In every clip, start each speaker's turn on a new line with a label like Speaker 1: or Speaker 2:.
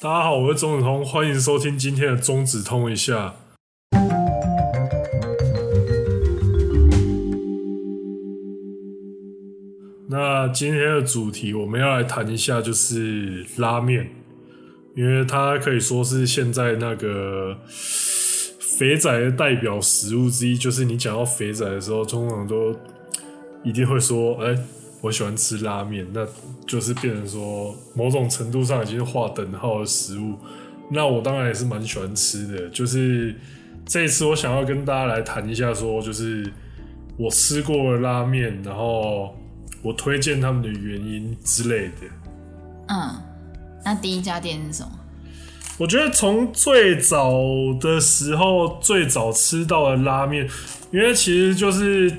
Speaker 1: 大家好，我是钟子通，欢迎收听今天的钟子通一下。那今天的主题我们要来谈一下，就是拉面，因为它可以说是现在那个肥仔的代表食物之一。就是你讲到肥仔的时候，通常都一定会说：“哎、我喜欢吃拉面。”那就是变成说，某种程度上已经划等号的食物。那我当然也是蛮喜欢吃的。就是这一次，我想要跟大家来谈一下，说就是我吃过的拉面，然后我推荐他们的原因之类的。
Speaker 2: 嗯，那第一家店是什么？
Speaker 1: 我觉得从最早的时候，最早吃到的拉面，因为其实就是，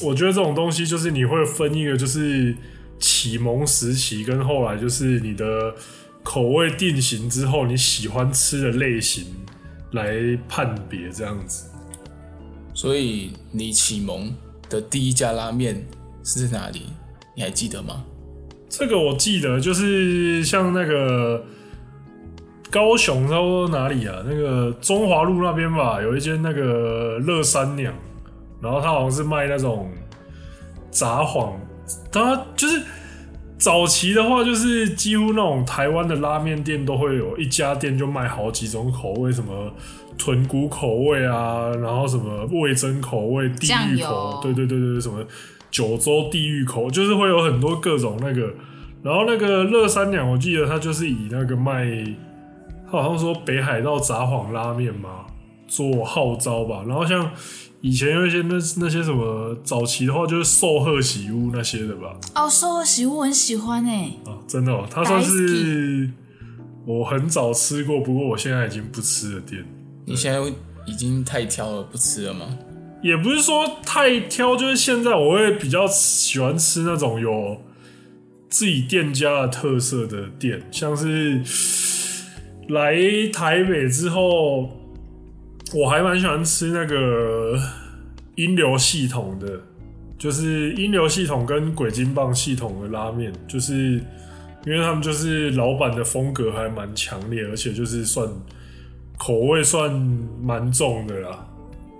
Speaker 1: 我觉得这种东西就是你会分一个就是启蒙时期跟后来就是你的口味定型之后，你喜欢吃的类型来判别这样子。
Speaker 3: 所以你启蒙的第一家拉面是在哪里？你还记得吗？
Speaker 1: 这个我记得，就是像那个高雄，差不多哪里啊？那个中华路那边吧，有一间那个乐三娘，然后他好像是卖那种杂幌，他就是早期的话，就是几乎那种台湾的拉面店都会有一家店就卖好几种口味，什么豚骨口味啊，然后什么味增口味、地
Speaker 2: 酱
Speaker 1: 狱
Speaker 2: 油
Speaker 1: 口，对对对对对，什么九州地狱口，就是会有很多各种那个。然后那个乐三娘，我记得他就是以那个卖，他好像说北海道札幌拉面嘛，做号召吧。然后像以前有一些那那些什么早期的话，就是寿贺喜屋那些的吧。
Speaker 2: 哦，寿贺喜屋我很喜欢哎、
Speaker 1: 啊，真的、哦，它算是我很早吃过，不过我现在已经不吃的店。
Speaker 3: 你现在已经太挑了，不吃了吗？
Speaker 1: 也不是说太挑，就是现在我会比较喜欢吃那种有自己店家的特色的店，像是来台北之后，我还蛮喜欢吃那个音流系统的，就是音流系统跟鬼金棒系统的拉面，就是因为他们就是老板的风格还蛮强烈，而且就是算口味算蛮重的啦。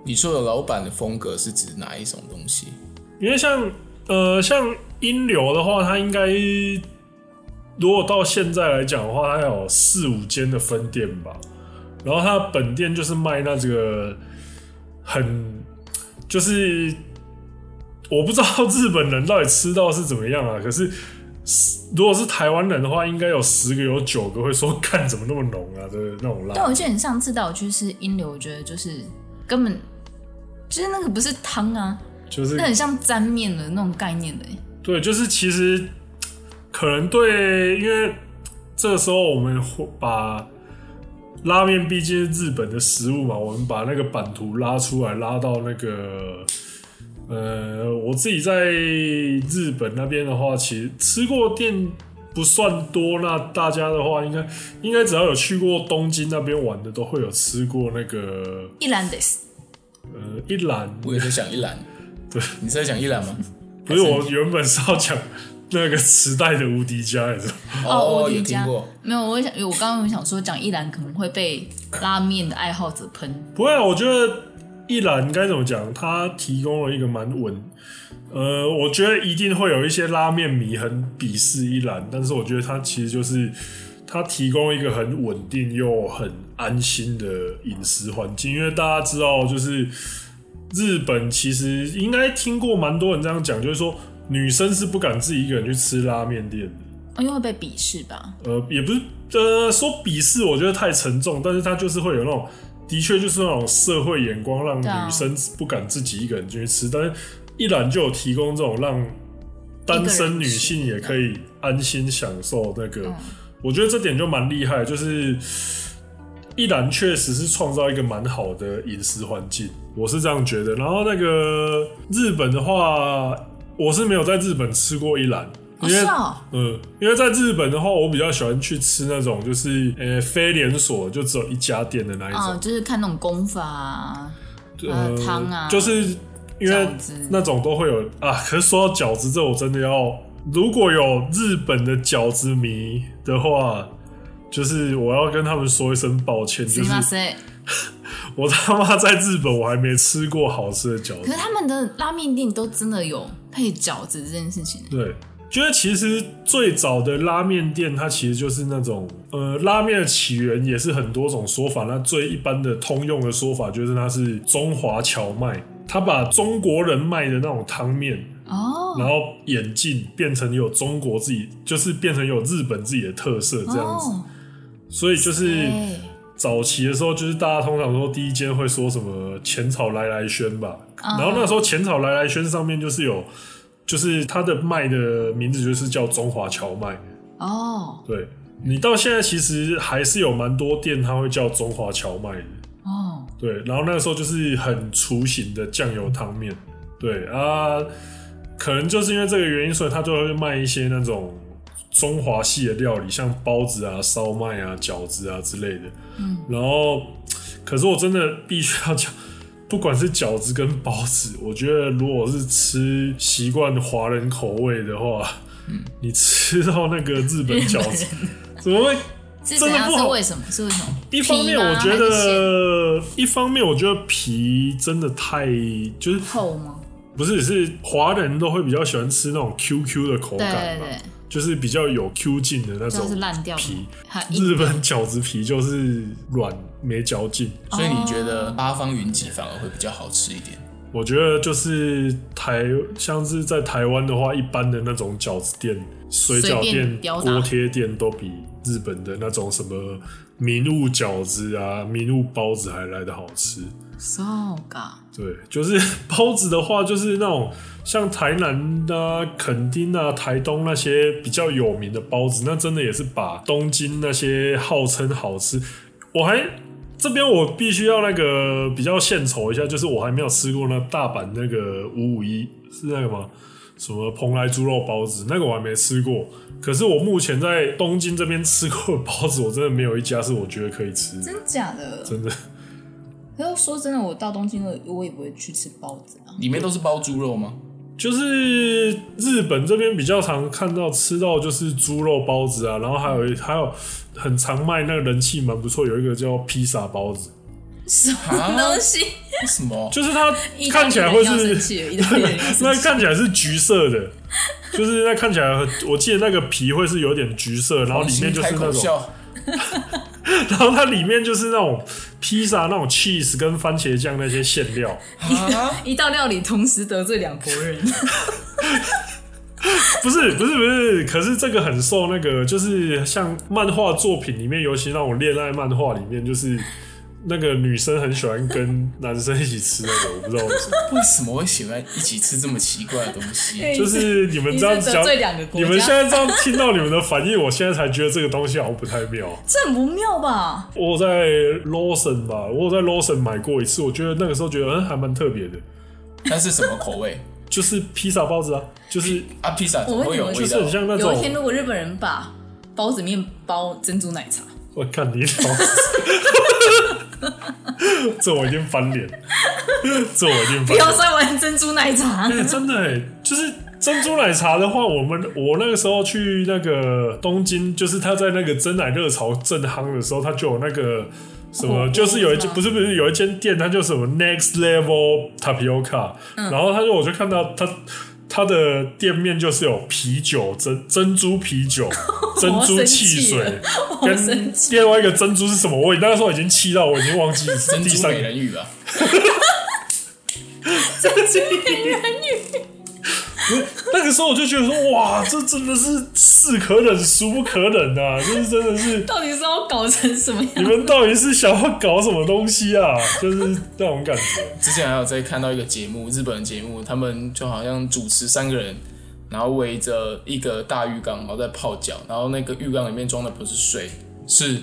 Speaker 3: 你说的老板的风格是指哪一种东西？
Speaker 1: 因为像呃像音流的话，它应该如果到现在来讲的话，它有四五间的分店吧。然后它本店就是卖那这个很就是我不知道日本人到底吃到是怎么样啊，可是。如果是台湾人的话，应该有十个有九个会说“看怎么那么浓啊”的那种辣。
Speaker 2: 但我记得你上次带我去吃英流，我觉得就是根本就是那个不是汤啊，
Speaker 1: 就是
Speaker 2: 那很像沾面的那种概念的、欸。
Speaker 1: 对，就是其实可能对，因为这个时候我们会把拉面毕竟是日本的食物嘛，我们把那个版图拉出来，拉到那个呃，我自己在日本那边的话，其实吃过店不算多。那大家的话应该应该只要有去过东京那边玩的，都会有吃过那个
Speaker 2: 一兰得斯
Speaker 1: 呃一兰
Speaker 3: 我也在想一兰，
Speaker 1: 对，
Speaker 3: 你是在想一兰吗？
Speaker 1: 不是我原本是要讲那个时代的无敌家，你知道吗？
Speaker 2: 哦，我
Speaker 3: 有
Speaker 2: 迪
Speaker 3: 听
Speaker 2: 家
Speaker 3: 过。
Speaker 2: 没有，我想我刚刚有想说讲一兰可能会被拉面的爱好者喷，
Speaker 1: 不会啊，我觉得一兰该怎么讲，它提供了一个蛮稳。呃，我觉得一定会有一些拉面迷很鄙视一兰，但是我觉得它其实就是它提供一个很稳定又很安心的饮食环境，因为大家知道，就是日本其实应该听过蛮多人这样讲，就是说女生是不敢自己一个人去吃拉面店的。
Speaker 2: 哦因为会被鄙视吧？
Speaker 1: 呃，也不是呃说鄙视，我觉得太沉重，但是他就是会有那种，的确就是那种社会眼光，让
Speaker 2: 对啊
Speaker 1: 女生不敢自己一个人进去吃，但是一兰就有提供这种让单身女性也可以安心享受那个，
Speaker 2: 嗯
Speaker 1: 我觉得这点就蛮厉害，就是一兰确实是创造一个蛮好的饮食环境，我是这样觉得。然后那个日本的话，我是没有在日本吃过一兰。
Speaker 2: 哦
Speaker 1: 因为
Speaker 2: 是哦，
Speaker 1: 嗯，因为在日本的话，我比较喜欢去吃那种就是呃非连锁，就只有一家店的那一
Speaker 2: 啊、
Speaker 1: 种，
Speaker 2: 就是看那种功法啊，
Speaker 1: 呃
Speaker 2: 呃汤啊
Speaker 1: 就是因为
Speaker 2: 饺子
Speaker 1: 那种都会有啊。可是说到饺子，这我真的要，如果有日本的饺子迷的话，就是我要跟他们说一声抱歉，
Speaker 2: す
Speaker 1: 就
Speaker 2: み
Speaker 1: 是
Speaker 2: ません。
Speaker 1: 我他妈在日本我还没吃过好吃的饺
Speaker 2: 可
Speaker 1: 子
Speaker 2: 是。他们的拉面店都真的有配饺子这件事情，
Speaker 1: 对，觉得其实最早的拉面店，它其实就是那种呃，拉面的起源也是很多种说法。那最一般的通用的说法就是它是中华荞麦，它把中国人卖的那种汤面，
Speaker 2: 哦
Speaker 1: 然后演进变成有中国自己，就是变成有日本自己的特色这样子。
Speaker 2: 哦，
Speaker 1: 所以就是
Speaker 2: 对
Speaker 1: 早期的时候，就是大家通常说第一间会说什么浅草来来轩吧，然后那时候浅草来来轩上面就是有，就是它的卖的名字就是叫中华荞麦。
Speaker 2: 哦
Speaker 1: 对你到现在其实还是有蛮多店它会叫中华荞麦的。
Speaker 2: 哦，
Speaker 1: 对，然后那个时候就是很雏形的酱油汤面。对啊，可能就是因为这个原因，所以它就会卖一些那种中华系的料理，像包子啊、烧麦啊、饺子啊之类的。
Speaker 2: 嗯，
Speaker 1: 然后，可是我真的必须要讲，不管是饺子跟包子，我觉得如果是吃习惯华人口味的话，嗯，你吃到那个日本饺子， 怎么会？
Speaker 2: 是
Speaker 1: 真
Speaker 2: 怎
Speaker 1: 的
Speaker 2: 样？
Speaker 1: 不
Speaker 2: 是
Speaker 1: 好
Speaker 2: 为什么？是为什么？
Speaker 1: 一方面，
Speaker 2: 皮吗
Speaker 1: 我觉
Speaker 2: 还是馅
Speaker 1: 得，一方面我觉得皮真的太就是
Speaker 2: 厚吗？
Speaker 1: 不是是华人都会比较喜欢吃那种 QQ 的口
Speaker 2: 对
Speaker 1: 感
Speaker 2: 对
Speaker 1: 嘛，
Speaker 2: 对，
Speaker 1: 就是比较有 Q 劲的那
Speaker 2: 就是
Speaker 1: 种
Speaker 2: 烂掉
Speaker 1: 皮。
Speaker 2: 的，还硬
Speaker 1: 日本饺子皮就是软没嚼劲，
Speaker 3: 所以你觉得八方云集反而会比较好吃一点？
Speaker 1: 我觉得就是台像是在台湾的话，一般的那种饺子店、水饺
Speaker 2: 随
Speaker 1: 店
Speaker 2: 便、吊打
Speaker 1: 锅贴店都比日本的那种什么名物饺子啊、名物包子还来的好吃。
Speaker 2: so 嘎，
Speaker 1: 对，就是 包子的话，就是那种像台南啊、垦丁啊、台东那些比较有名的包子，那真的也是把东京那些号称好吃，我还这边我必须要那个比较献丑一下，就是我还没有吃过那大阪那个五五一是那个吗？什么蓬莱猪肉包子，那个我还没吃过。可是我目前在东京这边吃过的包子，我真的没有一家是我觉得可以吃的，
Speaker 2: 真假的？
Speaker 1: 真的。
Speaker 2: 可是说真的，我到东京了，我也不会去吃包子啊。
Speaker 3: 里面都是包猪肉吗？
Speaker 1: 就是日本这边比较常看到吃到就是猪肉包子啊，然后还有还有很常卖那个人气蛮不错，有一个叫披萨包子，
Speaker 2: 什么东西？
Speaker 3: 为什么？
Speaker 1: 就是它
Speaker 2: 意大利
Speaker 1: 啊看
Speaker 2: 人
Speaker 1: 起来会
Speaker 2: 要生
Speaker 1: 是
Speaker 2: 气了，意大利人要生
Speaker 1: 那
Speaker 2: 气
Speaker 1: 看起来是橘色的，就是那看起来很，我记得那个皮会是有点橘色，然后里面就是
Speaker 3: 开
Speaker 1: 那
Speaker 3: 口
Speaker 1: 种，
Speaker 3: 笑，
Speaker 1: 然后它里面就是那种披萨那种 cheese 跟番茄酱那些馅料，
Speaker 3: 啊，
Speaker 2: 一道料理同时得
Speaker 1: 啊
Speaker 2: 罪两国人，
Speaker 1: 不是不是不是，可是这个很受那个，就是像漫画作品里面，尤其那种恋爱漫画里面，就是那个女生很喜欢跟男生一起吃那个，我不知道为什么，
Speaker 3: 为什么会喜欢一起吃这么奇怪的东西？
Speaker 1: 就是你们这样
Speaker 2: 你是
Speaker 1: 讲
Speaker 2: 得罪两个，国
Speaker 1: 你
Speaker 2: 家
Speaker 1: 们现在这样听到你们的反应，我现在才觉得这个东西好像不太妙。
Speaker 2: 这很不妙吧？
Speaker 1: 我有在 Lawson 吧，我有在 Lawson 买过一次，我觉得那个时候觉得嗯还蛮特别的，
Speaker 3: 那是什么口味？
Speaker 1: 就是披萨包子啊，就是
Speaker 3: 啊，披萨怎么会有
Speaker 2: 我
Speaker 1: 就
Speaker 3: 味
Speaker 1: 是
Speaker 3: 道
Speaker 1: 很？像那
Speaker 2: 有
Speaker 1: 种
Speaker 2: 一天如果日本人把包子面包珍珠奶茶，
Speaker 1: 我看你老师， 这我一定翻脸，这我一定
Speaker 2: 不
Speaker 1: 翻
Speaker 2: 要
Speaker 1: 脸。
Speaker 2: 再玩珍珠奶茶，
Speaker 1: 哎真的、哎，就是珍珠奶茶的话，我们我那个时候去那个东京，就是他在那个真奶热潮正夯的时候，他就有那个什么，
Speaker 2: 火锅
Speaker 1: 就是有一
Speaker 2: 是
Speaker 1: 间
Speaker 2: 吗
Speaker 1: 不是不是有一间店，它就什么 Next Level Tapioca，、然
Speaker 2: 嗯
Speaker 1: 后他就我就看到他。他的店面就是有啤酒珍珍珠啤 酒、珍珠
Speaker 2: 生
Speaker 1: 汽
Speaker 2: 气
Speaker 1: 水
Speaker 2: 了，好
Speaker 1: 跟
Speaker 2: 生气。
Speaker 1: 另外一个珍珠是什么？我那个时候已经气到我已经忘记是
Speaker 3: 珍
Speaker 1: 第
Speaker 3: 珠
Speaker 1: 三
Speaker 3: 美
Speaker 1: 个
Speaker 3: 人鱼啊吧？
Speaker 1: 那个时候我就觉得说，哇，这真的是是可忍孰不可忍啊！就是真的是
Speaker 2: 到底是要搞成什么样？
Speaker 1: 你们到底是想要搞什么东西啊？就是那种感觉。
Speaker 3: 之前还有在看到一个节目，日本的节目，他们就好像主持三个人，然后围着一个大浴缸，然后在泡脚，然后那个浴缸里面装的不是水，是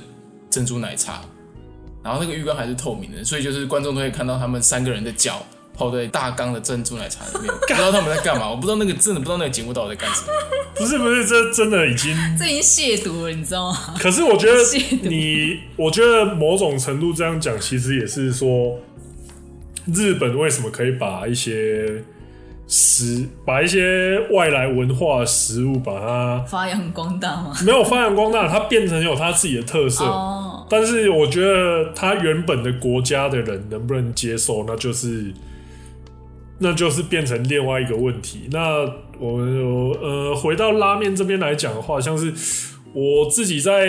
Speaker 3: 珍珠奶茶，然后那个浴缸还是透明的，所以就是观众都可以看到他们三个人的脚泡在大缸的珍珠奶茶里面，我不知道他们在干嘛，我不知道那个真的不知道那个节目到底在干什么。
Speaker 1: 不是不是，这真的已经。
Speaker 2: 这已经亵渎了，你知道吗？
Speaker 1: 可是我觉
Speaker 2: 亵
Speaker 1: 得
Speaker 2: 渎
Speaker 1: 你，我觉得某种程度这样讲，其实也是说，日本为什么可以把一些食把一些外来文化的食物把它
Speaker 2: 发扬光大吗？
Speaker 1: 没有发扬光大，它变成有它自己的特色。
Speaker 2: 哦，
Speaker 1: 但是我觉得他原本的国家的人能不能接受，那就是那就是变成另外一个问题。那我们有呃回到拉面这边来讲的话，像是我自己在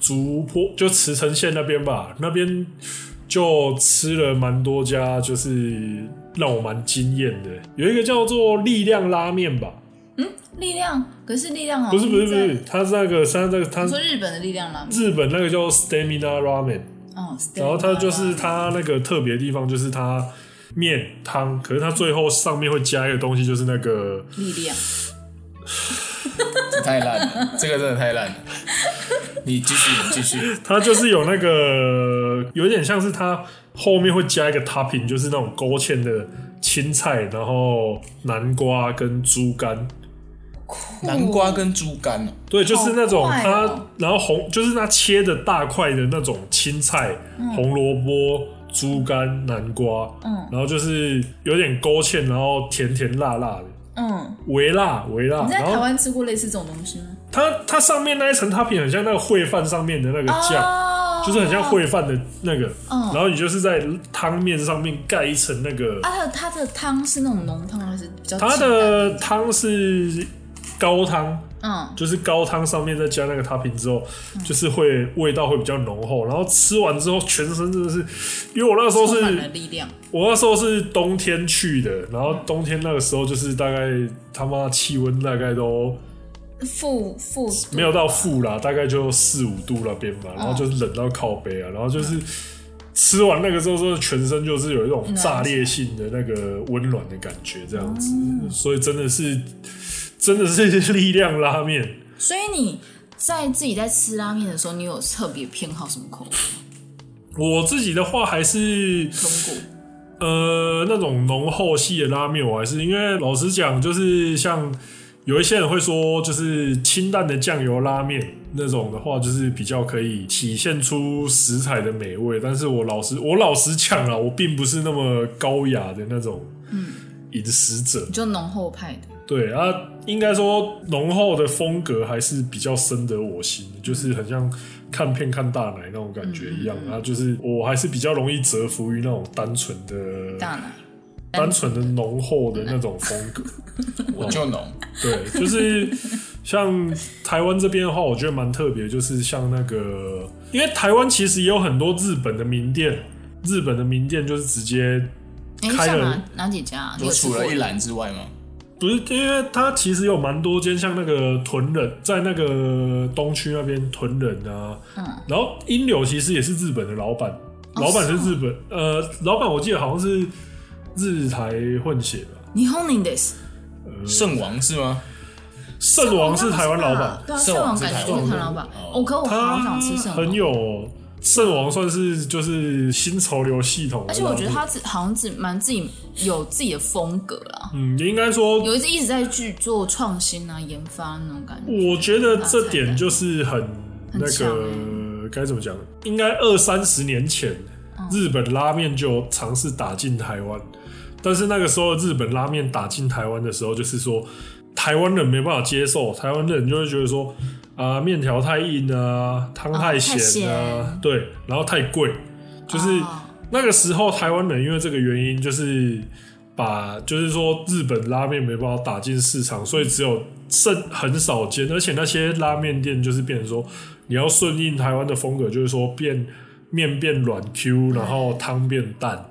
Speaker 1: 竹坡就慈城县那边吧，那边就吃了蛮多家，就是让我蛮惊艳的。有一个叫做力量拉面吧，
Speaker 2: 嗯，力量，可是力量好
Speaker 1: 不
Speaker 2: 像
Speaker 1: 是不是不
Speaker 2: 在
Speaker 1: 是，它是那个它那个它
Speaker 2: 你说日本的力量吗？
Speaker 1: 日本那个叫 Stamina Ramen。
Speaker 2: 哦，
Speaker 1: 然后它就是
Speaker 2: ，Stella
Speaker 1: 它那个特别地方就是它面汤，可是它最后上面会加一个东西，就是那个
Speaker 2: 力量，
Speaker 3: 这太烂了，这个真的太烂了。你继续，你 继续。
Speaker 1: 它就是有那个有点像是它后面会加一个 topping，就是那种勾芡的青菜，然后南瓜跟猪肝。
Speaker 2: 酷
Speaker 3: 南瓜跟猪肝哦，
Speaker 1: 对，就是那种
Speaker 2: 好快
Speaker 1: 它，
Speaker 2: 哦
Speaker 1: 然后红就是它切的大块的那种青菜、红萝卜、猪肝、南瓜，
Speaker 2: 嗯
Speaker 1: 然后就是有点勾芡，然后甜甜辣辣的，
Speaker 2: 嗯，
Speaker 1: 微辣微辣。
Speaker 2: 你在
Speaker 1: 啊然后
Speaker 2: 台湾吃过类似这种东西吗？
Speaker 1: 它它上面那一层 topping 很像那个烩饭上面的那个酱，
Speaker 2: 哦
Speaker 1: 就是很像烩饭的那个，
Speaker 2: 嗯
Speaker 1: 然后你就是在汤面上面盖一层那个，
Speaker 2: 啊，它的它的汤是那种浓汤还是比较清
Speaker 1: 它
Speaker 2: 淡？
Speaker 1: 的汤是高汤，
Speaker 2: 嗯
Speaker 1: 就是高汤上面再加那个 topping 之后，就是会味道会比较浓厚，然后吃完之后全身真的是，因为我那时候
Speaker 2: 充满了
Speaker 1: 是
Speaker 2: 力量，
Speaker 1: 我那时候是冬天去的，然后冬天那个时候就是大概他妈气温大概都
Speaker 2: 负负
Speaker 1: 没有到负啦，大概就四五度那边吧，然后就是冷到靠背啊，然后就是吃完那个之后，真的全身就是有一种炸裂性的那个温暖的感觉，这样子，所以真的是真的是力量拉面。
Speaker 2: 所以你在自己在吃拉面的时候，你有特别偏好什么口味？
Speaker 1: 我自己的话还是
Speaker 2: 中国
Speaker 1: 呃那种浓厚系的拉面，我还是因为老实讲，就是像有一些人会说，就是清淡的酱油拉面那种的话，就是比较可以体现出食材的美味。但是我老实我老实讲啊，我并不是那么高雅的那种饮食者。
Speaker 2: 就浓厚派的，
Speaker 1: 对啊，应该说浓厚的风格还是比较深得我心的，就是很像看片看大奶那种感觉一样、啊。就是我还是比较容易折服于那种单纯的、
Speaker 2: 大奶
Speaker 1: 单纯的浓厚的那种风 格。
Speaker 3: 我就浓。
Speaker 1: 对，就是像台湾这边的话，我觉得蛮特别，就是像那个，因为台湾其实也有很多日本的名店，日本的名店就是直接
Speaker 2: 哎，
Speaker 1: 开
Speaker 2: 像
Speaker 1: 了
Speaker 2: 哪哪几家啊？你
Speaker 3: 就
Speaker 2: 有吃
Speaker 3: 除
Speaker 2: 过
Speaker 3: 了一栏之外吗？
Speaker 1: 不是，因为它其实有蛮多间，像那个屯人，在那个东区那边屯人啊，
Speaker 2: 嗯，
Speaker 1: 然后英柳其实也是日本的老板，老板哦是日本，呃，老板我记得好像是日台混血吧，
Speaker 2: 你 h o n i n g this，
Speaker 3: 圣王是吗？
Speaker 1: 圣王是台湾老板，
Speaker 2: 对啊，
Speaker 3: 圣
Speaker 2: 圣
Speaker 3: 王
Speaker 2: 王
Speaker 3: 是
Speaker 2: 感觉
Speaker 3: 台
Speaker 2: 就
Speaker 3: 湾
Speaker 2: 是台湾
Speaker 3: 人
Speaker 2: 老板。
Speaker 3: 哦
Speaker 2: 哦，可我好想吃
Speaker 1: 他
Speaker 2: 圣
Speaker 1: 啊很
Speaker 2: 王，
Speaker 1: 有哦圣王算是就是新潮流系统的拉
Speaker 2: 而且
Speaker 1: 面，
Speaker 2: 我觉得他自好像自蛮自己有自己的风格啦，
Speaker 1: 嗯，应该说
Speaker 2: 有一直一直在去做创新啊、研发那种感觉。
Speaker 1: 我觉得这点就是很
Speaker 2: 很
Speaker 1: 那
Speaker 2: 强
Speaker 1: 个该怎么讲？应该二三十年前，日本拉面就有尝试打进台湾，但是那个时候日本拉面打进台湾的时候，就是说台湾人没办法接受，台湾人就会觉得说啊，面条太硬啊，汤太咸
Speaker 2: 哦太
Speaker 1: 啊，
Speaker 2: 咸
Speaker 1: 对，然后太贵，就是
Speaker 2: 哦
Speaker 1: 那个时候台湾人因为这个原因，就是把就是说日本拉面没办法打进市场，所以只有剩很少间，而且那些拉面店就是变成说你要顺应台湾的风格，就是说变面变软 Q，然后汤变淡。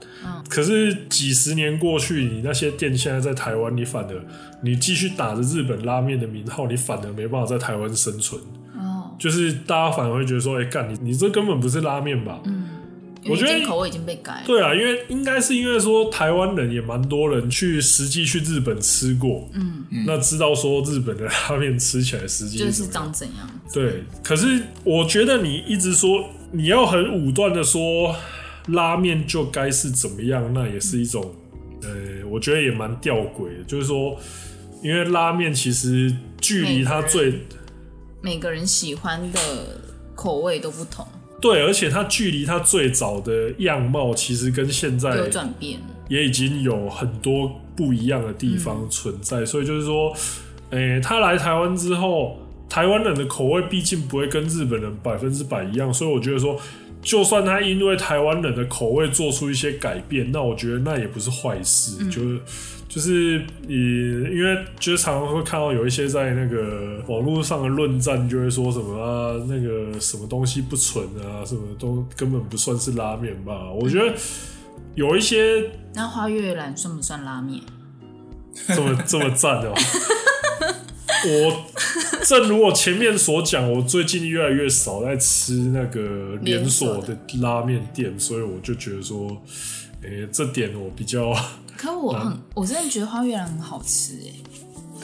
Speaker 1: 可是几十年过去，你那些店现在在台湾，你反而你继续打着日本拉面的名号，你反而没办法在台湾生存。
Speaker 2: 哦，
Speaker 1: 就是大家反而会觉得说，哎、干你你这根本不是拉面吧？
Speaker 2: 因
Speaker 1: 我
Speaker 2: 为
Speaker 1: 觉得
Speaker 2: 已经口味已经被改了。
Speaker 1: 对啊，因为应该是因为说台湾人也蛮多人去实际去日本吃过，嗯，那知道说日本的拉面吃起来实际
Speaker 2: 就是是
Speaker 1: 怎么样
Speaker 2: 长怎样子。
Speaker 1: 对。可是我觉得你一直说你要很武断的说拉面就该是怎么样，那也是一种，呃，我觉得也蛮吊诡的，就是说，因为拉面其实距离它最
Speaker 2: 每个人喜欢的口味都不同，
Speaker 1: 对，而且它距离它最早的样貌其实跟现在
Speaker 2: 有转变。
Speaker 1: 也已经有很多不一样的地方存在，所以就是说，诶、他来台湾之后，台湾人的口味毕竟不会跟日本人百分之百一样，所以我觉得说，就算他因为台湾人的口味做出一些改变，那我觉得那也不是坏事，就是。就是呃，因为就是常常会看到有一些在那个网络上的论战，就会说什么啊，那个什么东西不纯啊，什么都根本不算是拉面吧。我觉得有一些
Speaker 2: 那花月兰算不算拉面？
Speaker 1: 这么这么赞哦、我正如我前面所讲，我最近越来越少在吃那个连锁的拉面店，所以我就觉得说，诶、这点我比较
Speaker 2: 可我
Speaker 1: 嗯
Speaker 2: 很，我真的觉得花月兰很好吃哎、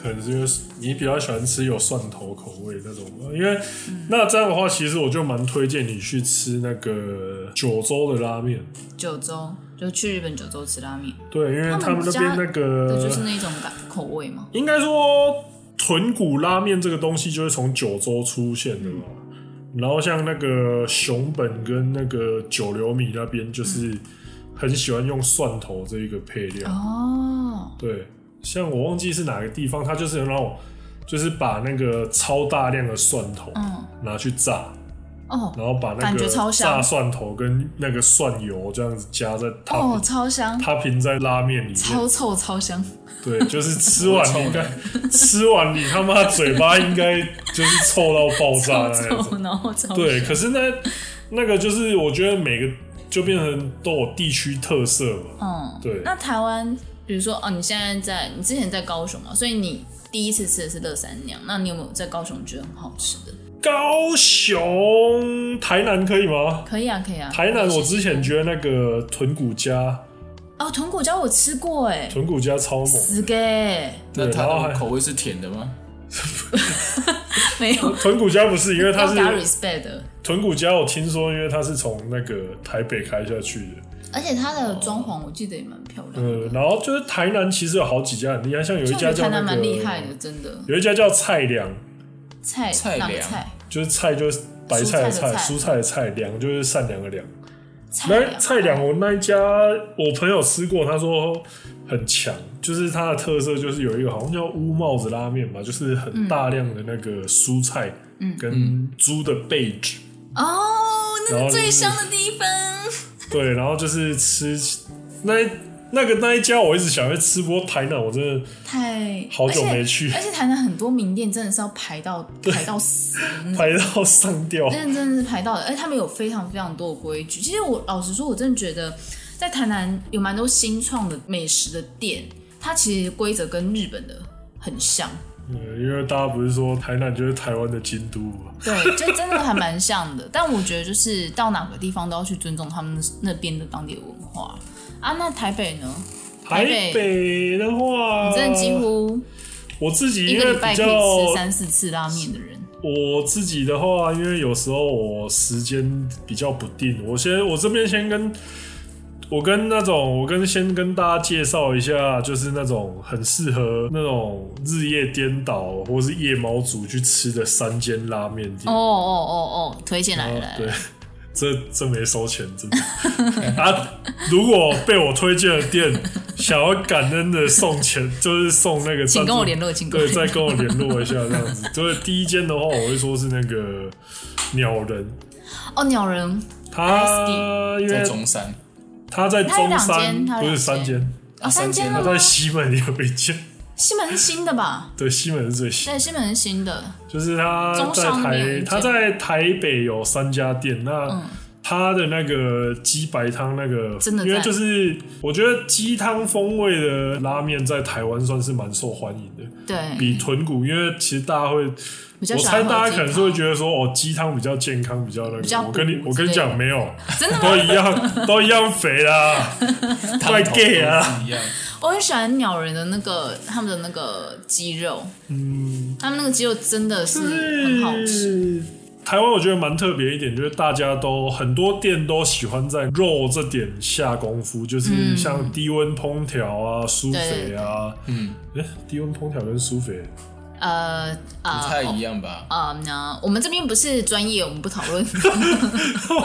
Speaker 1: 可能是因为你比较喜欢吃有蒜头口味那种吧，因为那这样的话，其实我就蛮推荐你去吃那个九州的拉面，
Speaker 2: 九州就去日本九州吃拉面，
Speaker 1: 对，因为他们那边那
Speaker 2: 那
Speaker 1: 个
Speaker 2: 就是那一种感口味嘛。
Speaker 1: 应该说豚骨拉面这个东西就是从九州出现的嘛。然后像那个熊本跟那个九流米那边，就是很喜欢用蒜头这一个配料。
Speaker 2: 哦，
Speaker 1: 对，像我忘记是哪个地方，它就是有那种，就是把那个超大量的蒜头
Speaker 2: 嗯，
Speaker 1: 拿去炸，
Speaker 2: 哦，
Speaker 1: 然后把那
Speaker 2: 感
Speaker 1: 个
Speaker 2: 觉超香
Speaker 1: 炸蒜头跟那个蒜油这样子加在
Speaker 2: 哦，
Speaker 1: 它
Speaker 2: 超香，
Speaker 1: 它平在拉面里面
Speaker 2: 超。臭，超香。
Speaker 1: 对，就是吃完你应该 吃完你他妈嘴巴应该就是臭到爆炸那一
Speaker 2: 超 臭，
Speaker 1: 种。
Speaker 2: 然后超
Speaker 1: 对，可是那那个就是我觉得每个就变成都有地区特色嘛。
Speaker 2: 嗯，
Speaker 1: 对
Speaker 2: 那台湾，比如说哦，你现在在，你之前在高雄嘛，所以你第一次吃的是乐三娘，那你有没有在高雄觉得很好吃的？
Speaker 1: 高雄、台南可以吗？
Speaker 2: 可以啊，可以啊。
Speaker 1: 台南我之前觉得那个豚骨家，
Speaker 2: 哦，豚骨椒我吃过哎、
Speaker 1: 豚骨家超猛，
Speaker 2: 死给、
Speaker 1: 对
Speaker 3: 那它
Speaker 1: 然后还
Speaker 3: 的口味是甜的吗？
Speaker 2: 没有，
Speaker 1: 豚骨家不是因为它
Speaker 2: 要打
Speaker 1: 是
Speaker 2: respect 的。
Speaker 1: 豚骨家，我听说因为它是从那个台北开下去的。
Speaker 2: 而且它的装潢我记得也蛮漂亮
Speaker 1: 呃，
Speaker 2: 的，
Speaker 1: 然后就是台南其实有好几家很厉害，像有一
Speaker 2: 就我觉
Speaker 1: 家
Speaker 2: 得
Speaker 1: 叫
Speaker 2: 台
Speaker 1: 那
Speaker 2: 南
Speaker 1: 个
Speaker 2: 蛮厉害的，真的。
Speaker 1: 有一家叫菜凉，
Speaker 2: 菜
Speaker 3: 菜
Speaker 2: 哪个
Speaker 3: 粮
Speaker 2: 菜？
Speaker 1: 就是菜就是白菜的菜，
Speaker 2: 蔬
Speaker 1: 蔬菜的菜，凉就是善良的良。
Speaker 2: 菜
Speaker 1: 那
Speaker 2: 粮
Speaker 1: 菜凉我那一家我朋友吃过，他说很强，就是它的特色就是有一个好像叫乌帽子拉面吧，就是
Speaker 2: 嗯
Speaker 1: 很大量的那个蔬菜，跟猪的背脂。
Speaker 2: 哦，那
Speaker 1: 然
Speaker 2: 是
Speaker 1: 后
Speaker 2: 最
Speaker 1: 就是
Speaker 2: 香的地方。
Speaker 1: 对，然后就是吃那一那个那一家，我一直想要吃，不过台南我真的
Speaker 2: 嗯太
Speaker 1: 好久没去
Speaker 2: 而且而且台南很多名店真的是要排到排到死，
Speaker 1: 排到上吊。
Speaker 2: 真的真的是排到的。而且他们有非常非常多的规矩。其实我老实说，我真的觉得在台南有蛮多新创的美食的店，它其实规则跟日本的很像，
Speaker 1: 呃，因为大家不是说台南就是台湾的京都嘛，
Speaker 2: 对，就真的还蛮像的。但我觉得就是到哪个地方都要去尊重他们那边的当地的文化啊。那台北呢？
Speaker 1: 台
Speaker 2: 台北
Speaker 1: 北的话，
Speaker 2: 你真的几乎
Speaker 1: 我自己呃
Speaker 2: 一
Speaker 1: 因
Speaker 2: 个
Speaker 1: 为
Speaker 2: 礼拜
Speaker 1: 比
Speaker 2: 可
Speaker 1: 较，
Speaker 2: 以吃三四次拉面的人，
Speaker 1: 我自己的话，因为有时候我时间比较不定，我先我这边先跟。我跟那种，我跟先跟大家介绍一下，就是那种很适合那种日夜颠倒或是夜猫族去吃的三间拉面店。
Speaker 2: 哦哦哦哦，推荐来
Speaker 1: 哦
Speaker 2: 来来
Speaker 1: 对，这这没收钱，真的啊！如果被我推荐的店想要感恩的送钱，就是送那个，
Speaker 2: 请跟我联。络，请跟我
Speaker 1: 对，
Speaker 2: 联络
Speaker 1: 再跟我联络一下这样子。就是第一间的话，我会说是那个鸟人，
Speaker 2: 哦，鸟人
Speaker 1: 他因
Speaker 3: 在
Speaker 1: 为
Speaker 3: 中山，啊
Speaker 1: 他在中
Speaker 2: 它有
Speaker 1: 山
Speaker 2: 两间它有
Speaker 1: 不是
Speaker 2: 两间
Speaker 1: 三间，
Speaker 2: 哦，三间
Speaker 1: 他
Speaker 2: 了
Speaker 1: 在
Speaker 2: 吗？
Speaker 1: 西门也有一间。
Speaker 2: 西门是新的吧？
Speaker 1: 对，西门是最新，
Speaker 2: 对，西门是新的。
Speaker 1: 就是他
Speaker 2: 中
Speaker 1: 在
Speaker 2: 上面有
Speaker 1: 台
Speaker 2: 一间嗯
Speaker 1: 他在台北有三家店，那。它的那个鸡白汤那个，
Speaker 2: 真的
Speaker 1: 因为
Speaker 2: 赞
Speaker 1: 就是我觉得鸡汤风味的拉面在台湾算是蛮受欢迎的，
Speaker 2: 对，
Speaker 1: 比豚骨，因为其实大家会，
Speaker 2: 比较
Speaker 1: 我
Speaker 2: 喜欢
Speaker 1: 猜
Speaker 2: 喝
Speaker 1: 大家
Speaker 2: 鸡
Speaker 1: 可能是会
Speaker 2: 汤
Speaker 1: 觉得说，哦，鸡汤比较健康，比较那
Speaker 2: 比较
Speaker 1: 个。我跟你
Speaker 2: 补
Speaker 1: 我跟你
Speaker 2: 之类的
Speaker 1: 讲，没有，都一 样，都一样肥啦，怪 gay 啊！
Speaker 3: 一样。
Speaker 2: 我很喜欢鸟人的那个他们的那个鸡肉，嗯，他们那个鸡肉真的是很嗯好吃。
Speaker 1: 是台湾我觉得蛮特别一点，就是大家都很多店都喜欢在肉这点下功夫，就是像低温烹调啊、苏
Speaker 2: 嗯对对
Speaker 1: 肥啊，嗯，哎、低温烹调跟苏肥
Speaker 2: 呃
Speaker 3: 不
Speaker 2: 呃
Speaker 3: 太一样吧？
Speaker 2: 呃，呢，我们这边不是专业，我们不讨 论。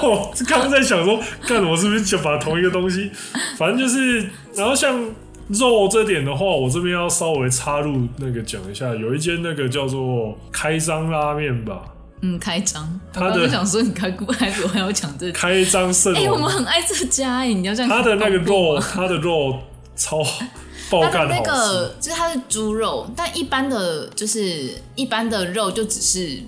Speaker 1: 我刚刚在想说，干我是不是就把同一个东西，反正就是，然后像肉这点的话，我这边要稍微插入那个讲一下，有一间那个叫做开张拉面吧，
Speaker 2: 嗯，开张。我
Speaker 1: 他的
Speaker 2: 刚刚想说，你开股还我还要讲 这家。
Speaker 1: 开张圣
Speaker 2: 哎、我们
Speaker 1: 王，
Speaker 2: 很爱这家哎、你要这样。
Speaker 1: 它的那个肉，，它的肉超 爆
Speaker 2: 它的
Speaker 1: 干
Speaker 2: 那
Speaker 1: 好吃，
Speaker 2: 个就是它的猪肉，但一般的就是一般的肉就只是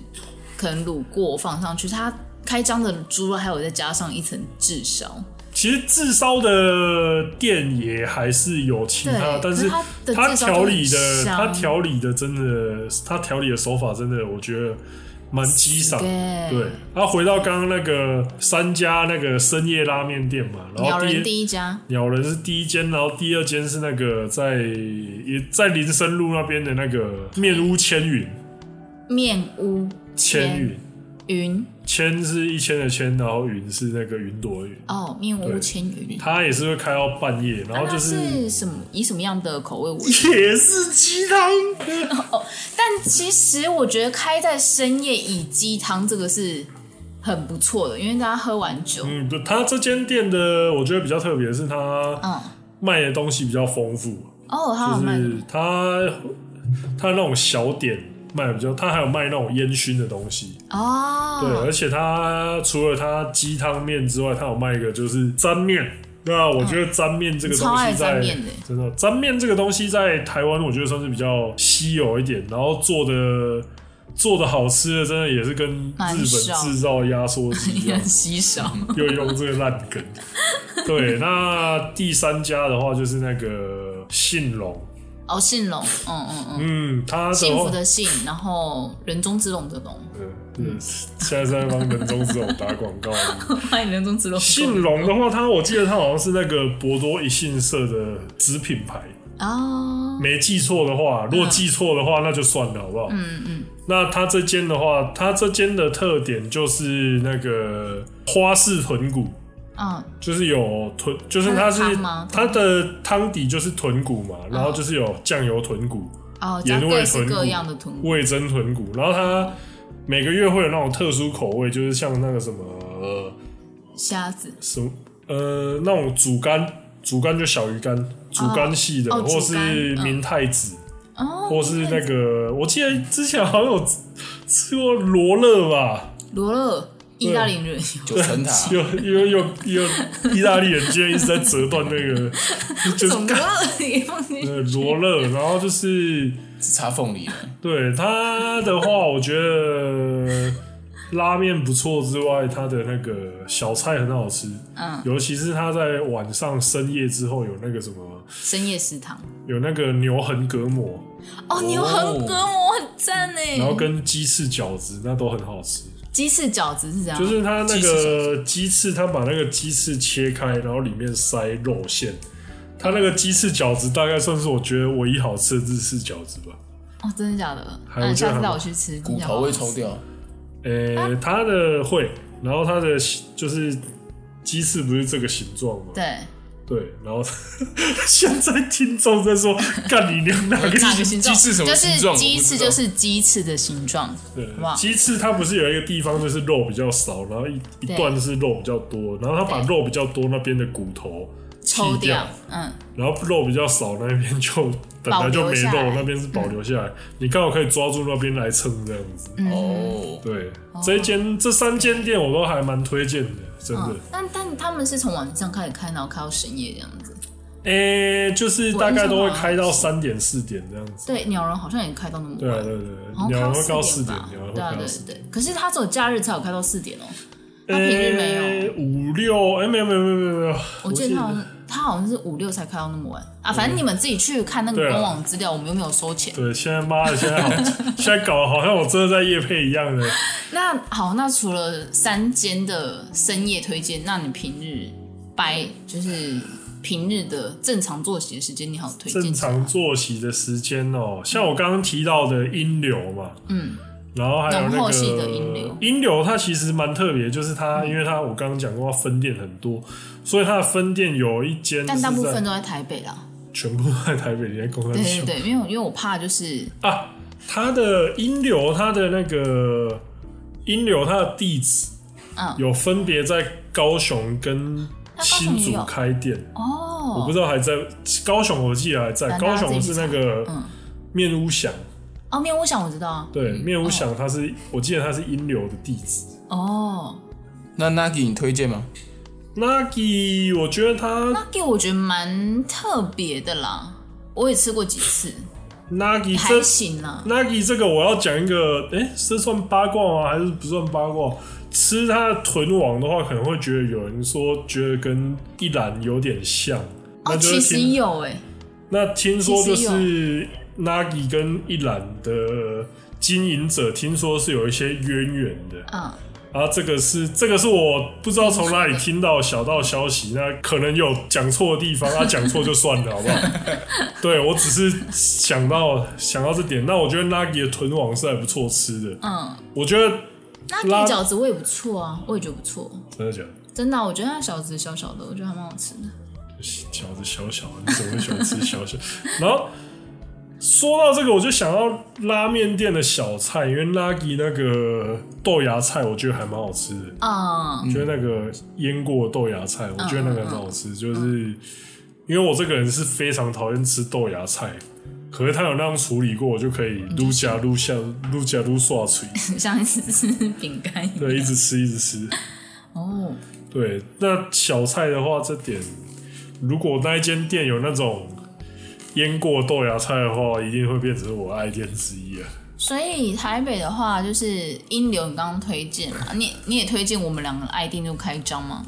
Speaker 2: 可能卤过放上去，它开张的猪肉还有再加上一层炙烧，
Speaker 1: 其实炙烧的店也还是有其他
Speaker 2: 对，
Speaker 1: 啊但
Speaker 2: 可是它的
Speaker 1: 它
Speaker 2: 炙烧
Speaker 1: 调
Speaker 2: 就
Speaker 1: 理
Speaker 2: 很
Speaker 1: 的，
Speaker 2: 香
Speaker 1: 它调理的真的，它调理的手法真的，我觉得蛮激赏。
Speaker 2: 对
Speaker 1: 对，然后回到刚刚那个三家那个深夜拉面店嘛，然
Speaker 2: 鸟
Speaker 1: 后
Speaker 2: 人
Speaker 1: 第一
Speaker 2: 第一家，
Speaker 1: 鸟人是第一间，然后第二间是那个在也在林森路那边的那个面屋千云，
Speaker 2: 面屋
Speaker 1: 千云，
Speaker 2: 云
Speaker 1: 千是一千的千，然后云是那个云朵的云，
Speaker 2: 哦，面屋
Speaker 1: 对
Speaker 2: 千云。
Speaker 1: 它也是会开到半夜，然后
Speaker 2: 那它
Speaker 1: 就是。
Speaker 2: 是什么以什么样的口味为主？
Speaker 1: 也是鸡汤，
Speaker 2: 但其实我觉得开在深夜以鸡汤这个是很不错的，因为大家喝完酒，
Speaker 1: 嗯，对，它这间店的我觉得比较特别，是它
Speaker 2: 嗯，
Speaker 1: 卖的东西比较丰富，
Speaker 2: 哦，好好
Speaker 1: 就
Speaker 2: 卖，
Speaker 1: 是它它那种小点卖得比较，它还有卖那种烟熏的东西，
Speaker 2: 哦，
Speaker 1: 对，而且它除了它鸡汤面之外，它有卖一个就是沾面。那我觉得沾面这个
Speaker 2: 嗯超
Speaker 1: 东
Speaker 2: 爱
Speaker 1: 西
Speaker 2: 沾
Speaker 1: 在
Speaker 2: 面的
Speaker 1: 真的沾面这个东西在台湾，我觉得算是比较稀有一点，然后做的做的好吃的，真的也是跟日
Speaker 2: 蛮
Speaker 1: 本
Speaker 2: 少
Speaker 1: 制造压缩 机一
Speaker 2: 也
Speaker 1: 样
Speaker 2: 很，稀少。
Speaker 1: 又用这个烂梗。对，那第三家的话就是那个信隆，
Speaker 2: 哦，信龙，嗯嗯嗯，
Speaker 1: 嗯，他的
Speaker 2: 幸
Speaker 1: 话
Speaker 2: 福的幸，然后人中之龙的龙，
Speaker 1: 嗯嗯，现在是在帮人中之龙打广 告。
Speaker 2: 欢迎人中之龙。
Speaker 1: 信隆的话，它我记得它好像是那个博多一信社的子品牌，
Speaker 2: 哦，
Speaker 1: 没记错的话，如果记错的话，那就算了，好不好？
Speaker 2: 嗯嗯，
Speaker 1: 那它这间的话，它这间的特点就是那个花式豚骨，
Speaker 2: 嗯，
Speaker 1: 就是有豚，就是它是
Speaker 2: 它是汤吗
Speaker 1: 它的汤底就是豚骨嘛，然后就是有酱油豚骨、
Speaker 2: 哦，加
Speaker 1: 盐味
Speaker 2: 各式
Speaker 1: 豚骨
Speaker 2: 各样的豚骨，
Speaker 1: 味增豚骨，然后它每个月会有那种特殊口味，就是像那个什么。呃
Speaker 2: 虾子，
Speaker 1: 什么呃那种煮干，煮干就小鱼干，煮干系的，
Speaker 2: 哦
Speaker 1: 或
Speaker 2: 煮干
Speaker 1: 是明太子，
Speaker 2: 哦，
Speaker 1: 或是那个我记得之前好像有吃吃过罗勒吧，
Speaker 2: 罗勒，意大利人，
Speaker 3: 九层塔，
Speaker 1: 有有有有意大利人今天一直在折断那个，就是
Speaker 2: 怎么了？你放进去
Speaker 1: 呃罗勒，然后就是
Speaker 3: 只差凤梨了。
Speaker 1: 对它的话，我觉得。拉面不错之外，它的那个小菜很好吃，
Speaker 2: 嗯，
Speaker 1: 尤其是它在晚上深夜之后有那个什么
Speaker 2: 深夜食堂。
Speaker 1: 有那个牛横隔膜，
Speaker 2: 哦，牛横隔膜很赞哎。
Speaker 1: 哦然后跟鸡翅饺子那都很好吃。
Speaker 2: 鸡翅饺子是这样，
Speaker 1: 就是它那
Speaker 3: 鸡翅饺
Speaker 1: 个鸡翅，它把那个鸡翅切开，然后里面塞肉馅。它那个鸡翅饺子大概算是我觉得唯一好吃的日式饺子吧。
Speaker 2: 哦，真的假的？
Speaker 1: 还有
Speaker 2: 那你
Speaker 1: 这样
Speaker 2: 下次带
Speaker 1: 吗
Speaker 2: 我去吃
Speaker 3: 骨头会抽。掉，
Speaker 1: 呃、它的会，然后它的就是鸡翅不是这个形状吗？
Speaker 2: 对，
Speaker 1: 对，然后现在听众在 说干你娘哪个
Speaker 2: 哪
Speaker 1: 鸡
Speaker 2: 个形状？
Speaker 3: 鸡翅什么形状
Speaker 2: 就是鸡翅，
Speaker 3: 我不知道
Speaker 2: 就是鸡翅的形状。
Speaker 1: 对
Speaker 2: 哇
Speaker 1: 鸡翅它不是有一个地方就是肉比较少，然后一一
Speaker 2: 对
Speaker 1: 段是肉比较多，然后它把
Speaker 2: 对
Speaker 1: 肉比较多那边的骨头弃
Speaker 2: 抽
Speaker 1: 掉，，
Speaker 2: 嗯，
Speaker 1: 然后肉比较少那边就本来就
Speaker 2: 保留
Speaker 1: 没
Speaker 2: 下
Speaker 1: 肉
Speaker 2: 来，
Speaker 1: 那边是保留下来，你刚好可以抓住那边来蹭这样子。
Speaker 2: 嗯
Speaker 3: 哦，
Speaker 1: 对，这一间这三间店我都还蛮推荐的，真的
Speaker 2: 嗯。但但他们是从晚上开始开，然后开到深夜这样子。
Speaker 1: 诶、就是大概都会开到三点四点这样子。
Speaker 2: 对，鸟人好像也开到那么晚，
Speaker 1: 对啊，对对对
Speaker 2: 好，
Speaker 1: 鸟人
Speaker 2: 像开
Speaker 1: 会
Speaker 2: 到
Speaker 1: 到
Speaker 2: 四
Speaker 1: 四
Speaker 2: 点
Speaker 1: 点
Speaker 2: 吧，
Speaker 1: 鸟人会
Speaker 2: 对啊，
Speaker 1: 开到
Speaker 2: 对
Speaker 1: 四点。
Speaker 2: 对对。可是他只有假日才有开到四点哦，他
Speaker 1: 诶，
Speaker 2: 平日没有。
Speaker 1: 五六哎，没有没有没有没有没有，
Speaker 2: 我记得他好像他好像是五六才开到那么晚啊，反正你们自己去看那个
Speaker 1: 对啊
Speaker 2: 官网资料，我们又没有收钱。
Speaker 1: 对，现在妈的，现 在好，现在搞得好像我真的在夜配一样的。
Speaker 2: 那好，那除了三间的深夜推荐，那你平日白就是平日的正常作息的时间，你好推荐
Speaker 1: 正常作息的时间哦、像我刚刚提到的阴流嘛，
Speaker 2: 嗯，
Speaker 1: 然后还有
Speaker 2: 浓
Speaker 1: 那
Speaker 2: 厚
Speaker 1: 个
Speaker 2: 系的阴流嗯
Speaker 1: 阴流它其实蛮特别，就是它，因为它我刚刚讲过，它分店很多，所以它的分店有一间
Speaker 2: 但
Speaker 1: 是
Speaker 2: 大部
Speaker 1: 在
Speaker 2: 分都在台北啦。
Speaker 1: 全部在台北，你在公安
Speaker 2: 对对
Speaker 1: 区
Speaker 2: 对，因为我因为我怕就是
Speaker 1: 啊。它的音流，它的那个音流，它的地址
Speaker 2: 嗯，
Speaker 1: 有分别在高雄跟
Speaker 2: 它高雄
Speaker 1: 新
Speaker 2: 也有
Speaker 1: 竹开店。我不
Speaker 2: 哦，
Speaker 1: 知道还在高雄，我记得还在
Speaker 2: 反正
Speaker 1: 高
Speaker 2: 大家
Speaker 1: 雄
Speaker 2: 自己
Speaker 1: 是
Speaker 2: 查
Speaker 1: 那个
Speaker 2: 嗯，
Speaker 1: 面屋响，
Speaker 2: 哦，面屋想我知道啊，
Speaker 1: 对，面屋响它是我记得它是音流的地址。
Speaker 2: 哦，
Speaker 3: 那 Nagi 你推荐吗？
Speaker 1: Nagi，我觉得它
Speaker 2: 那给我觉得蛮特别的啦，我也吃过几次，
Speaker 1: Nagi
Speaker 2: 还
Speaker 1: 这
Speaker 2: 行啦。
Speaker 1: Nagi 这个我要讲一个，哎、是算八卦吗？还是不算八卦？吃它的豚王的话，可能会觉得有人说觉得跟一兰有点像，那
Speaker 2: 哦，
Speaker 1: 就是
Speaker 2: 其实
Speaker 1: 听
Speaker 2: 有哎、
Speaker 1: 那听说就
Speaker 2: 其实有
Speaker 1: 是 Nagi 跟一兰的经营者，听说是有一些渊源的。
Speaker 2: 嗯，
Speaker 1: 啊，这个是这个是我不知道从哪里听到小道消息，那可能有讲错的地方，啊，讲错就算了，好不好？对我只是想到想到这点，那我觉得 Nagi 的豚网是还不错吃的，
Speaker 2: 嗯，
Speaker 1: 我觉得
Speaker 2: 那给
Speaker 1: 拉
Speaker 2: 饺子我也不错啊，我也觉得不错，
Speaker 1: 真的假的？
Speaker 2: 真的啊、我觉得它饺子小小的，我觉得还蛮好吃的。
Speaker 1: 饺子小小，你怎么会喜欢吃小 小？然后说到这个，我就想到拉面店的小菜，因为 Nagi 那个豆芽菜，我觉得还蛮好吃的。
Speaker 2: 嗯，
Speaker 1: 就是那个腌过的豆芽菜，我觉得那个很好吃。就是因为我这个人是非常讨厌吃豆芽菜，可是他有那样处理过，我就可以撸加撸下撸加撸刷嘴，
Speaker 2: 像是吃饼干一样。
Speaker 1: 对，一直吃一直吃。
Speaker 2: 哦，
Speaker 1: 对，那小菜的话，这点如果那一间店有那种腌过豆芽菜的话，一定会变成我爱店之一啊。
Speaker 2: 所以台北的话就是英流，你刚刚推荐嘛，你你也推荐我们两个爱定就开张吗？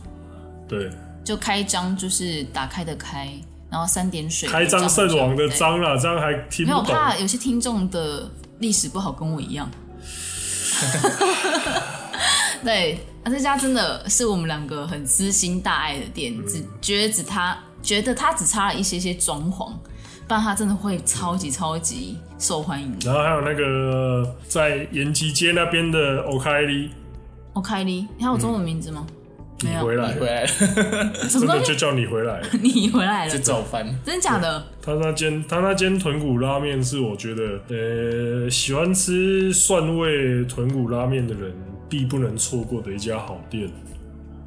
Speaker 1: 对，
Speaker 2: 就开张就是打开的开，然后三点水
Speaker 1: 开张圣王的
Speaker 2: 对
Speaker 1: 张啊啦，这样还听
Speaker 2: 没
Speaker 1: 不
Speaker 2: 有
Speaker 1: 懂。
Speaker 2: 怕有些听众的历史不好，跟我一样。 对，那这家真的是我们两个很知心大爱的店，只觉得只他觉得他只差了一些些装潢，不然他真的会超级超级受欢迎。
Speaker 1: 然后还有那个在延吉街那边的 o k a i
Speaker 2: 我开哩，哦你还有中文名字吗？
Speaker 1: 你
Speaker 2: 没有
Speaker 1: 回来
Speaker 3: 你回
Speaker 1: 了，
Speaker 3: 来了，
Speaker 2: 什
Speaker 1: 真
Speaker 2: 么
Speaker 1: 的
Speaker 2: 东
Speaker 1: 就
Speaker 2: 西？
Speaker 1: 叫你回来了。
Speaker 2: 你回来
Speaker 3: 就
Speaker 2: 了？
Speaker 3: 早翻。
Speaker 2: 真的假的？
Speaker 1: 他那间他那间豚骨拉面是我觉得，呃，喜欢吃蒜味豚骨拉面的人必不能错过的一家好店。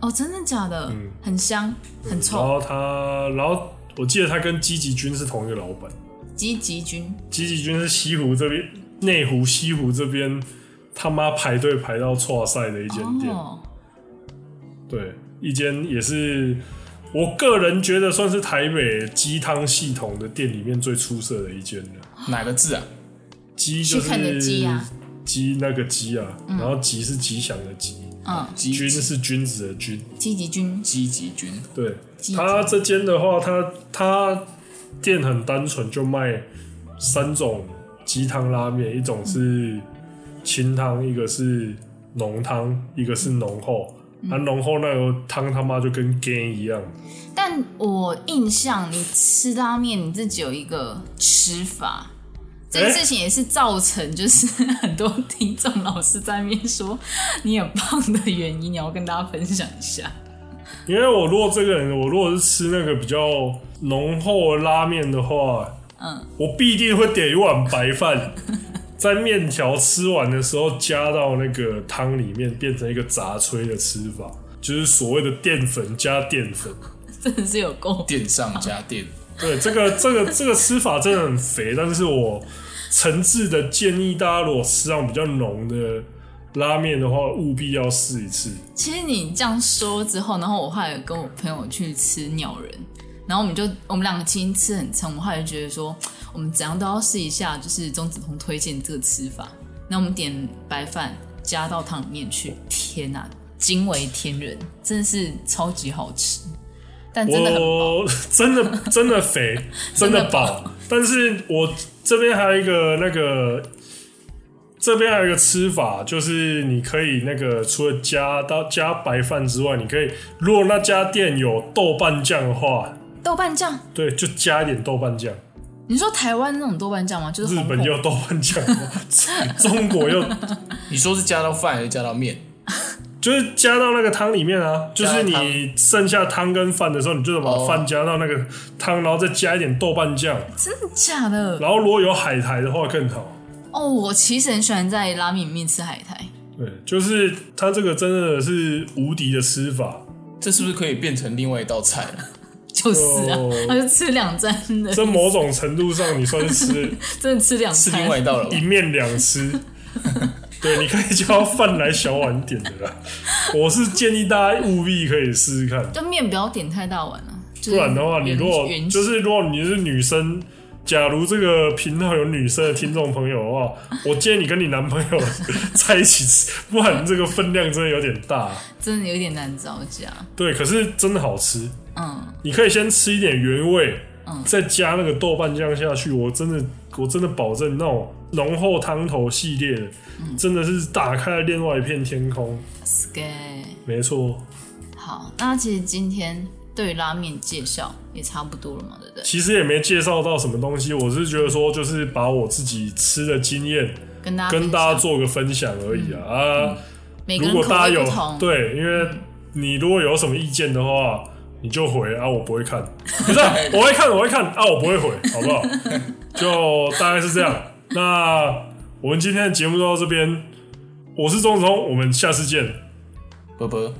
Speaker 2: 哦，真的假的？很香，很
Speaker 1: 然
Speaker 2: 臭。
Speaker 1: 后他，然后我记得他跟积极君是同一个老板，
Speaker 2: 积极君，
Speaker 1: 积极君是西湖这边内湖西湖这边他妈排队排到错赛的一间店。
Speaker 2: 哦，
Speaker 1: 对，一间也是我个人觉得算是台北鸡汤系统的店里面最出色的一间了。
Speaker 3: 哪个字啊？
Speaker 1: 鸡就是
Speaker 2: 去看的鸡啊
Speaker 1: 鸡那个鸡啊，然后吉是吉祥的吉，
Speaker 2: 嗯，
Speaker 3: 积
Speaker 1: 君
Speaker 3: 极
Speaker 1: 是君子的君。
Speaker 2: 积极君，
Speaker 3: 积极君，
Speaker 1: 对
Speaker 2: 鸡，
Speaker 1: 它这间的话，它它店很单纯，就卖三种鸡汤拉面，一种是
Speaker 2: 嗯
Speaker 1: 清汤，一个是浓汤，一个是浓厚。
Speaker 2: 嗯
Speaker 1: 啊，浓厚那个汤他妈就跟干一样，
Speaker 2: 但我印象你吃拉面你自己有一个吃法，这件
Speaker 1: 欸
Speaker 2: 事情也是造成就是很多听众老师在面说你很胖的原因，你要跟大家分享一下。
Speaker 1: 因为我如果这个人，我如果是吃那个比较浓厚的拉面的话，
Speaker 2: 嗯，
Speaker 1: 我必定会点一碗白饭， 在面条吃完的时候加到那个汤里面，变成一个杂炊的吃法，就是所谓的淀粉加淀粉。
Speaker 2: 真的是有够
Speaker 3: 电上加电，
Speaker 1: 对，这个 这个这个吃法真的很肥，但是我诚挚的建议大家，如果吃上比较浓的拉面的话，务必要试一次。
Speaker 2: 其实你这样说之后，然后我后来有跟我朋友去吃鸟人，然后我们就我们两个其实吃很撑，我后来就觉得说嗯我们怎样都要试一下，就是钟子通推荐这个吃法。那我们点白饭加到汤里面去，天哪、惊为天人，真的是超级好吃，但 真的很饱。
Speaker 1: 我 真的真的肥，真的饱。但是我这边还有一个那个，这边还有一个吃法，就是你可以那个除了加到加白饭之外，你可以如果那家店有豆瓣酱的话，
Speaker 2: 豆瓣酱，
Speaker 1: 对，就加一点豆瓣酱。
Speaker 2: 你说台湾那种豆瓣酱吗？就是
Speaker 1: 日
Speaker 2: 红
Speaker 1: 本
Speaker 2: 红
Speaker 1: 也有豆瓣酱，中国又
Speaker 3: 你说是加到饭还是加到面？
Speaker 1: 就是加到那个汤里面啊，就是
Speaker 3: 加到
Speaker 1: 你剩下汤跟饭的时候，你就把
Speaker 3: 哦
Speaker 1: 饭加到那个汤，然后再加一点豆瓣酱。
Speaker 2: 真的假的？
Speaker 1: 然后如果有海苔的话更好。
Speaker 2: 哦，我其实很喜欢在拉面里面吃海苔，
Speaker 1: 对，就是它这个真的是无敌的吃法，
Speaker 3: 这是不是可以变成另外一道菜了？
Speaker 2: 就是啊
Speaker 1: 哦，
Speaker 2: 他就吃两餐的，
Speaker 1: 这某种程度上你算是吃
Speaker 2: 真的吃两
Speaker 3: 是
Speaker 2: 餐
Speaker 3: 另。外一道了吧
Speaker 1: 一？面两吃。对，你可以叫饭来小碗点的啦。我是建议大家务必可以试试看，
Speaker 2: 就面不要点太大碗啊，就是
Speaker 1: 不然的话，你
Speaker 2: 原
Speaker 1: 如果
Speaker 2: 原
Speaker 1: 就是如果你是女生，假如这个频道有女生的听众朋友的话，我建议你跟你男朋友在一起吃，不然这个分量真的有点大。
Speaker 2: 真的有点难招架。
Speaker 1: 对，可是真的好吃，
Speaker 2: 嗯，
Speaker 1: 你可以先吃一点原味，
Speaker 2: 嗯
Speaker 1: 再加那个豆瓣酱下去。我真的，我真的保证那种浓厚汤头系列的，
Speaker 2: 嗯
Speaker 1: 真的是打开了另外一片天空。
Speaker 2: sky
Speaker 1: 没错，
Speaker 2: 好，那其实今天对拉面介绍也差不多了嘛，对不对？
Speaker 1: 其实也没介绍到什么东西，我是觉得说，就是把我自己吃的经验
Speaker 2: 跟大家
Speaker 1: 跟
Speaker 2: 啊分
Speaker 1: 大家
Speaker 2: 享嗯
Speaker 1: 做个分享而已啊。啊，
Speaker 2: 每个
Speaker 1: 如
Speaker 2: 人
Speaker 1: 果
Speaker 2: 口
Speaker 1: 大家
Speaker 2: 味
Speaker 1: 有
Speaker 2: 不同，
Speaker 1: 对，因为你如果有什么意见的话。你就回啊，我不会 看，不是啊、我会看，我会看啊，我不会回，好不好？就大概是这样。那我们今天的节目就到这边，我是钟子通，我们下次见。
Speaker 3: 啵啵。